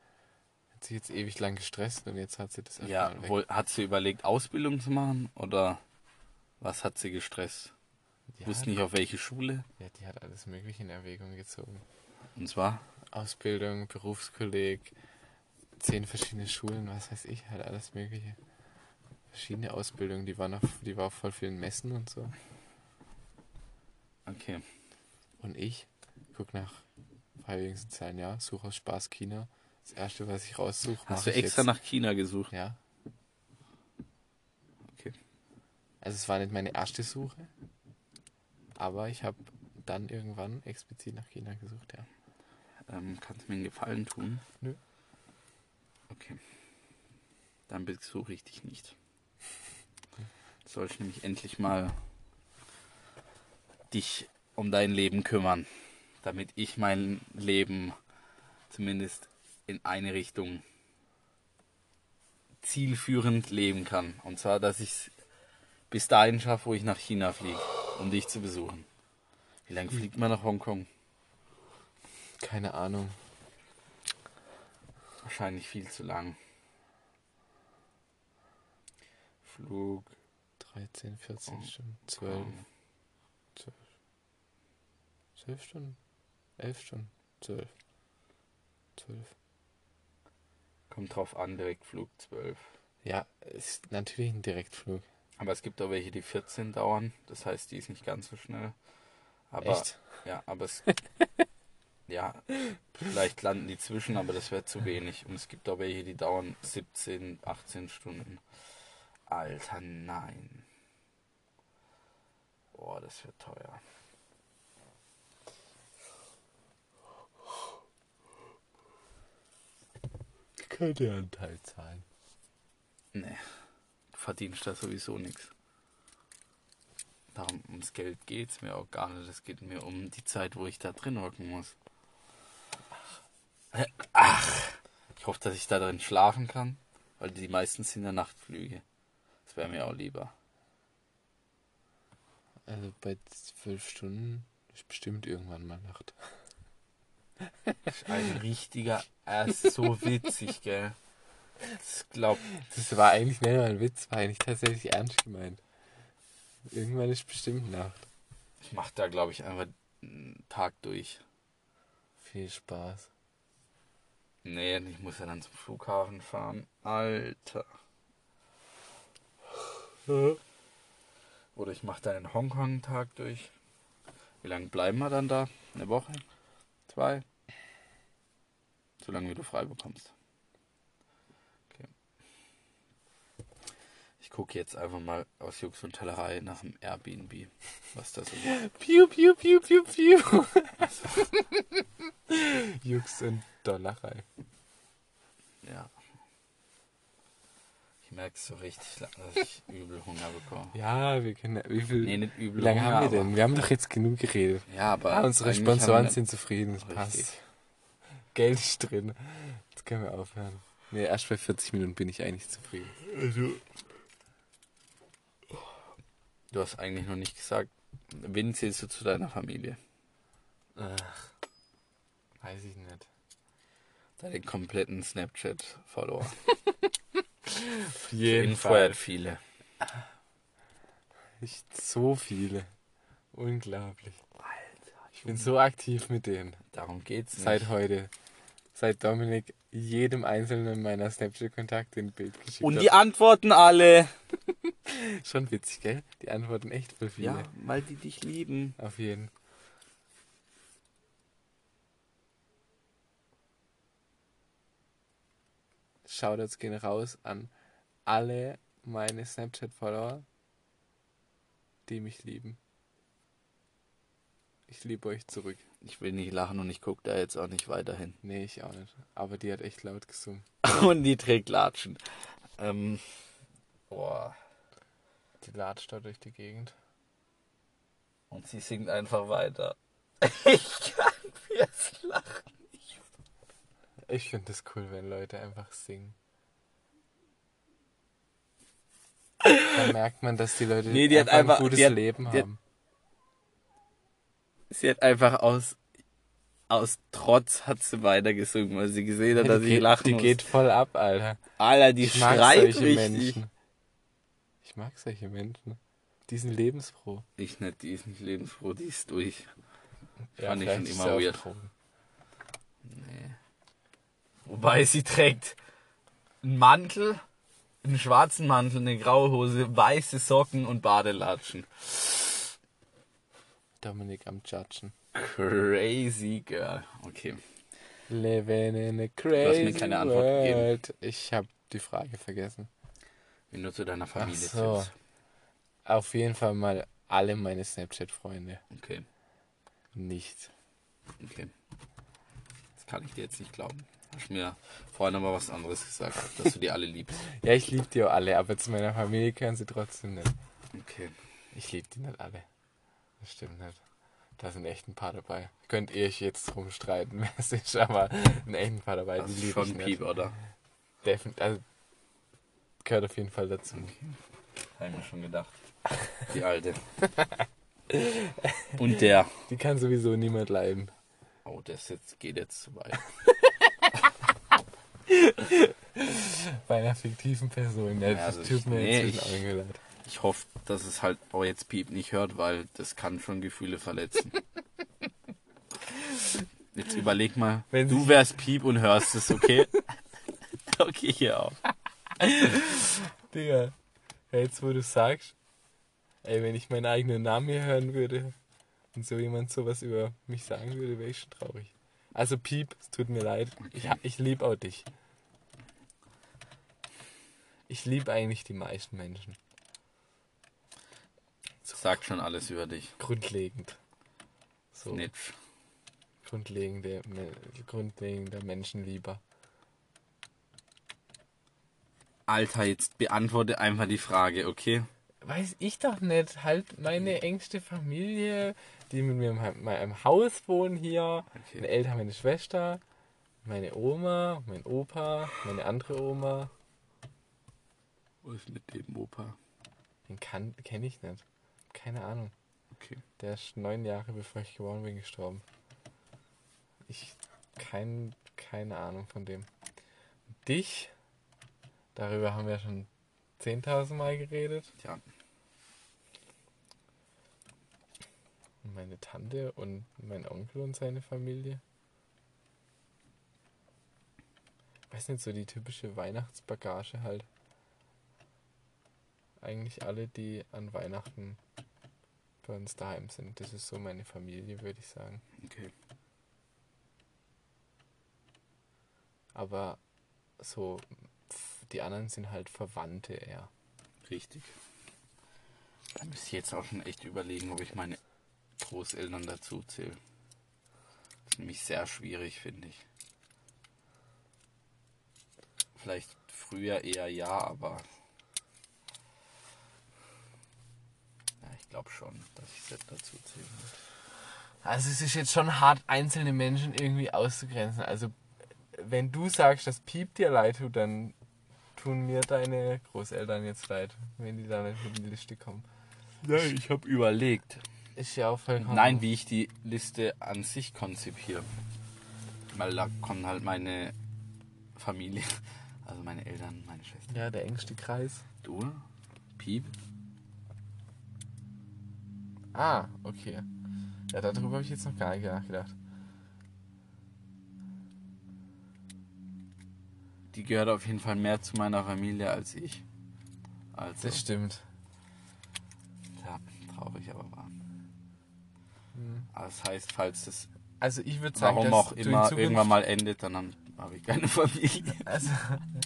Hat sie jetzt ewig lang gestresst und jetzt hat sie das Ja, erstmal weg. wohl, hat sie überlegt, Ausbildung zu machen oder was hat sie gestresst? ja, Wusste nicht auf welche Schule. Ja, die hat alles Mögliche in Erwägung gezogen. Und zwar, Ausbildung, Berufskolleg, zehn verschiedene Schulen, was weiß ich, halt alles Mögliche. Verschiedene Ausbildungen, die war noch, die war auf voll vielen Messen und so. okay, Und ich guck nach freiwilligen sozialen Jahr, suche aus Spaß China. Das erste, was ich raussuche, mach hast du ich extra jetzt. nach China gesucht? Ja. Okay. Also es war nicht meine erste Suche, aber ich habe dann irgendwann explizit nach China gesucht, ja. Ähm, kannst du mir einen Gefallen tun? Nö. Okay. Dann besuche ich dich nicht. Soll ich nämlich endlich mal dich um dein Leben kümmern, damit ich mein Leben zumindest in eine Richtung zielführend leben kann. Und zwar, dass ich es bis dahin schaffe, wo ich nach China fliege, um dich zu besuchen. Wie lange fliegt man nach Hongkong? Keine Ahnung. Wahrscheinlich viel zu lang. Flug. ähm, 13, 14 Oh, Stunden, 12, 12 Stunden, 11 Stunden, 12, 12. Kommt drauf an, Direktflug 12. Ja, ist natürlich ein Direktflug. Aber es gibt auch welche, die 14 dauern. Das heißt, die ist nicht ganz so schnell. Aber, Echt? Ja, aber es. ja, vielleicht landen die zwischen, aber das wäre zu wenig. Und es gibt auch welche, die dauern 17, 18 Stunden. Alter, nein. Boah, das wird teuer. Könnte ja ein Teil zahlen. Nee, du verdienst da sowieso nichts. Darum ums Geld geht's mir auch gar nicht. Es geht mir um die Zeit, wo ich da drin hocken muss. Ach. Ich hoffe, dass ich da drin schlafen kann, weil die meisten sind ja Nachtflüge. Das wäre mir auch lieber. Also bei 12 Stunden ist bestimmt irgendwann mal Nacht. Ein richtiger, er ist so witzig, gell? Das glaubt. Das war eigentlich nicht mal ein Witz, war eigentlich tatsächlich ernst gemeint. Irgendwann ist bestimmt Nacht. Ich mach da, glaube ich, einfach einen Tag durch. Viel Spaß. Nee, ich muss ja dann zum Flughafen fahren. Alter. Oder ich mache dann in Hongkong einen Tag durch. Wie lange bleiben wir dann da? Eine Woche? Zwei? Solange wie du frei bekommst. Okay. Ich gucke jetzt einfach mal aus Jux und Tellerei nach dem Airbnb, was da so gibt. Piu, piu, piu, piu, piu. Jux und Dollerei. Ja. Ich merke so richtig, lang, dass ich übel Hunger bekomme. Ja, wir können. Wie viel? Nee, nicht übel. Wie lange Hunger, haben wir aber- denn? Wir haben doch jetzt genug geredet. Ja, aber. Ah, unsere eigentlich Sponsoren haben wir- sind zufrieden, das Richtig. passt. Geld ist drin. Jetzt können wir aufhören. Nee, erst bei 40 Minuten bin ich eigentlich zufrieden. Du hast eigentlich noch nicht gesagt, wen zählst du zu deiner Familie? Ach, weiß ich nicht. Deinen kompletten Snapchat-Follower. Auf Jeden jeden Fall Fall. hat viele. Nicht so viele. Unglaublich. Alter, Ich bin so aktiv mit denen. Darum geht's nicht. Seit heute. seit Dominik jedem einzelnen meiner Snapchat-Kontakte ein Bild geschickt Und hat. die antworten alle. Schon witzig, gell? Die antworten echt voll viele. Ja, weil die dich lieben. Auf jeden. Shoutouts gehen raus an alle meine Snapchat-Follower, die mich lieben. Ich liebe euch zurück. Ich will nicht lachen und ich gucke da jetzt auch nicht weiterhin. Nee, ich auch nicht. Aber die hat echt laut gesungen. Und die trägt Latschen. Ähm, boah. Die latscht da durch die Gegend. Und sie singt einfach weiter. Ich kann jetzt lachen. Ich finde das cool, wenn Leute einfach singen. Dann merkt man, dass die Leute Nee, die hat einfach- ein gutes die hat- Leben die hat- haben. Sie hat einfach aus, aus Trotz hat sie weitergesungen, weil sie gesehen hat, Ja, dass die ich geht, lachen Die muss. geht voll ab, Alter. Alter, die Ich mag schreit solche richtig. Menschen. Ich mag solche Menschen. Die sind lebensfroh. Ich nicht, die ist nicht lebensfroh, die ist durch. Ja, Fand ich vielleicht schon ist immer sie auf weird. Drogen. Wobei sie trägt einen Mantel, einen schwarzen Mantel, eine graue Hose, weiße Socken und Badelatschen. Dominik am Judgen. Crazy Girl. Okay. Living in a mir crazy keine Antwort gegeben. world. Ich habe die Frage vergessen. Wenn du zu deiner Familie Ach so. zählst. Auf jeden Fall mal alle meine Snapchat-Freunde. Okay, Nicht. okay. Das kann ich dir jetzt nicht glauben. Hast mir vorhin aber was anderes gesagt, dass du die alle liebst. Ja, ich liebe die auch alle, aber zu meiner Familie gehören sie trotzdem nicht. Okay. Ich liebe die nicht alle. Das stimmt nicht. Da sind echt ein paar dabei. Könnt ihr euch jetzt drum streiten, wer es ist, aber ein echt ein paar dabei, Das die ist liebe ich schon nicht. Piep, oder? Defin also, gehört auf jeden Fall dazu. Hab ich mir schon gedacht. Die alte. Und der. Die kann sowieso niemand leiden. Oh, das jetzt geht jetzt zu weit. Bei einer fiktiven Person. Ja, Ja, das das- tut mir nee, inzwischen ich- auch irgendwie leid. Ich hoffe, dass es halt auch jetzt Piep nicht hört, weil das kann schon Gefühle verletzen. Jetzt überleg mal, Wenn du sie- wärst Piep und hörst es, okay? okay, hier auf. Digga, ja, jetzt wo du sagst, ey, wenn ich meinen eigenen Namen hier hören würde und so jemand sowas über mich sagen würde, wäre ich schon traurig. Also Piep, es tut mir leid. Ich, ich liebe auch dich. Ich liebe eigentlich die meisten Menschen. Sagt schon alles über dich. Grundlegend. So, Snitch. grundlegende, Me- grundlegender Menschenlieber. Alter, jetzt beantworte einfach die Frage, okay? Weiß ich doch nicht. Halt meine engste Familie, die mit mir in meinem Haus wohnen hier. Okay. Meine Eltern, meine Schwester, meine Oma, mein Opa, meine andere Oma. Wo ist mit dem Opa? Den kann kenne ich nicht. Keine Ahnung. Okay. Der ist neun Jahre bevor ich geboren bin gestorben. Ich kein, keine Ahnung von dem. Dich, darüber haben wir schon 10.000 Mal geredet. Tja, Und meine Tante und mein Onkel und seine Familie. Weiß nicht, so die typische Weihnachtsbagage halt. Eigentlich alle, die an Weihnachten bei uns daheim sind. Das ist so meine Familie, würde ich sagen. okay. Aber so, pf, die anderen sind halt Verwandte eher. Richtig. Da müsste ich jetzt auch schon echt überlegen, ob ich meine Großeltern dazu zähle. Das ist nämlich sehr schwierig, finde ich. Vielleicht früher eher ja, aber. Ja, ich glaube schon, dass ich das dazu zähle. Also es ist jetzt schon hart, einzelne Menschen irgendwie auszugrenzen. Also wenn du sagst, dass Piep dir leid tut, dann tun mir deine Großeltern jetzt leid, wenn die da nicht mit in die Liste kommen. Nein, ich habe überlegt. Ist ja auch vollkommen... Nein, wie ich die Liste an sich konzipiere. Weil da kommen halt meine Familie, also meine Eltern, meine Schwester. Ja, der engste Kreis. Du? Piep? Ah, okay. Ja, darüber habe ich jetzt noch gar nicht nachgedacht. die gehört auf jeden Fall mehr zu meiner Familie als ich. Also, Das stimmt. ja, traurig, aber wahr. Aber das heißt, falls es Hm. Also ich würde sagen, warum dass auch du in immer Zukunft- irgendwann mal endet, dann, dann habe ich keine Familie. Also,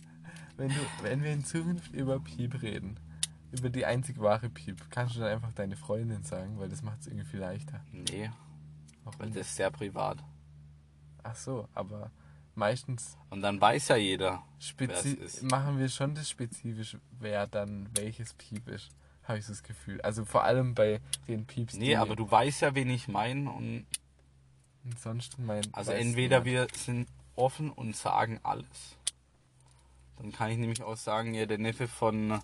wenn, du, wenn wir in Zukunft über Piep reden, über die einzig wahre Piep, kannst du dann einfach deine Freundin sagen, weil das macht es irgendwie viel leichter. Nee, weil Warum? das ist sehr privat. Ach so, aber meistens Und dann weiß ja jeder. spezi Wer es ist. machen wir schon das spezifisch, wer dann welches Piep ist, habe ich so das Gefühl. Also vor allem bei den Pieps, Nee, aber du weißt ja, wen ich meine. Und ansonsten meinst. also entweder wir sind offen und sagen alles. Dann kann ich nämlich auch sagen, ja, der Neffe von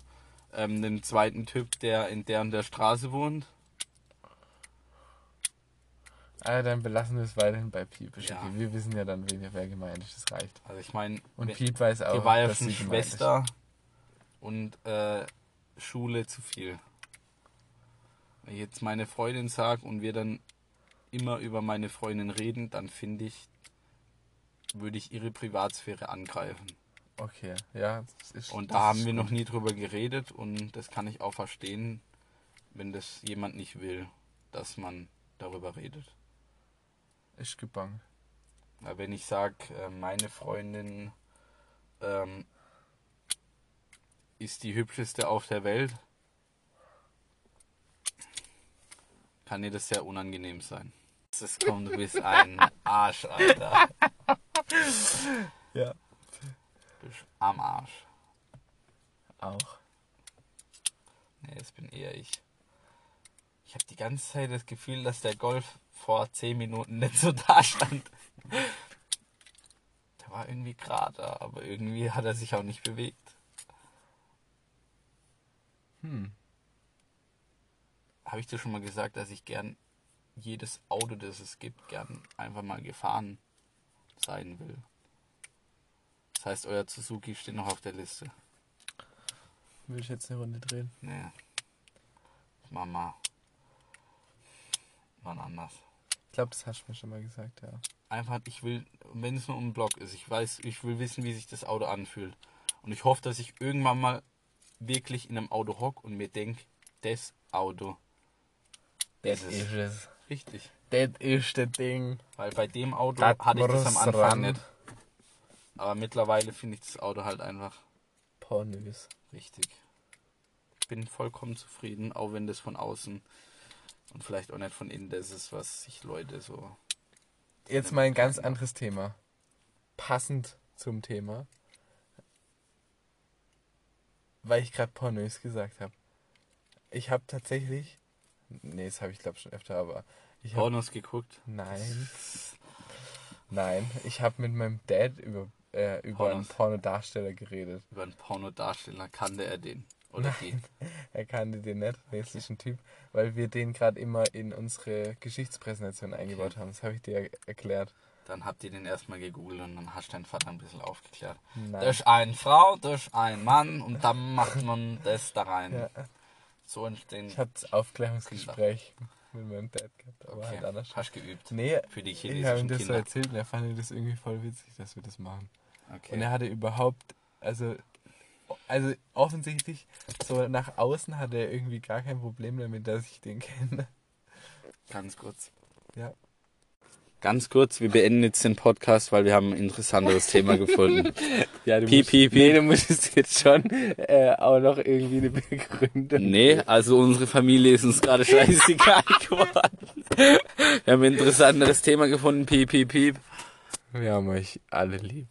ähm, dem zweiten Typ, der in der und der Straße wohnt. Ah, dann belassen wir es weiterhin bei Piep. Ist Ja. Okay, wir wissen ja dann, wen- wer gemeint ist, das reicht. Also ich meine, Und wenn- Piep weiß auch, die war ja dass schon sie gemeint ist. Schwester und äh, Schule zu viel. Wenn ich jetzt meine Freundin sage und wir dann immer über meine Freundin reden, dann finde ich, würde ich ihre Privatsphäre angreifen. Okay, ja. das Ist, Und das da haben ist wir gut. noch nie drüber geredet und das kann ich auch verstehen, wenn das jemand nicht will, dass man darüber redet. Ist gebangt. Weil wenn ich sage, meine Freundin ähm, ist die hübscheste auf der Welt, kann dir das sehr unangenehm sein. Das kommt, du bist ein Arsch, Alter. Ja. Du bist am Arsch. Auch. Nee, das bin eher ich. Ich habe die ganze Zeit das Gefühl, dass der Golf vor 10 Minuten nicht so da stand. Der war irgendwie gerade, aber irgendwie hat er sich auch nicht bewegt. Hm. Habe ich dir schon mal gesagt, dass ich gern jedes Auto, das es gibt, gern einfach mal gefahren sein will. Das heißt, euer Suzuki steht noch auf der Liste. Will ich jetzt eine Runde drehen? Nee. Mama. Wann anders. Ich glaube, das hast du mir schon mal gesagt, ja. einfach, ich will, wenn es nur um den Blog ist, ich weiß, ich will wissen, wie sich das Auto anfühlt. Und ich hoffe, dass ich irgendwann mal wirklich in einem Auto hock und mir denke, das Auto ist es. es. Richtig. Das ist das Ding. Weil bei dem Auto Das hatte ich das am muss Anfang ran. nicht. Aber mittlerweile finde ich das Auto halt einfach Pornös. richtig. Ich bin vollkommen zufrieden, auch wenn das von außen und vielleicht auch nicht von innen das ist, was sich Leute so Jetzt mal ein ganz anderes Thema. Passend zum Thema. Weil ich gerade Pornös gesagt habe. Ich habe tatsächlich. Nee, das habe ich glaube schon öfter, aber. Ich hab, Pornos geguckt. Nein. Nein. Ich habe mit meinem Dad über, äh, über einen Pornos. Pornodarsteller geredet. Über einen Pornodarsteller kannte er den. Oder die. Er kannte den nicht, nee, es ist ein Typ, weil wir den gerade immer in unsere Geschichtspräsentation eingebaut haben. Das habe ich dir er- erklärt. Dann habt ihr den erstmal gegoogelt und dann hast du deinen Vater ein bisschen aufgeklärt. Nein. Das ist eine Frau, das ist ein Mann und dann macht man das da rein. Ja. So entstehen. Ich hatte das Aufklärungsgespräch mit meinem Dad gehabt, aber Genau. Okay, halt anders. hast geübt. Nee, Für die ich habe ihm chinesischen das so Kinder. erzählt und er fand das irgendwie voll witzig, dass wir das machen. Und er Okay. hatte überhaupt, also, also offensichtlich, so nach außen hatte er irgendwie gar kein Problem damit, dass ich den kenne. Ganz kurz. Ja. Ganz kurz, wir beenden jetzt den Podcast, weil wir haben ein interessanteres Thema gefunden. Ja, du Piep, musst- piep, piep. nee, du musstest jetzt schon auch noch irgendwie eine Begründung Nee, also unsere Familie ist uns gerade scheißegal geworden. Wir haben ein interessanteres Thema gefunden, piep, piep, piep. Wir haben euch alle lieb.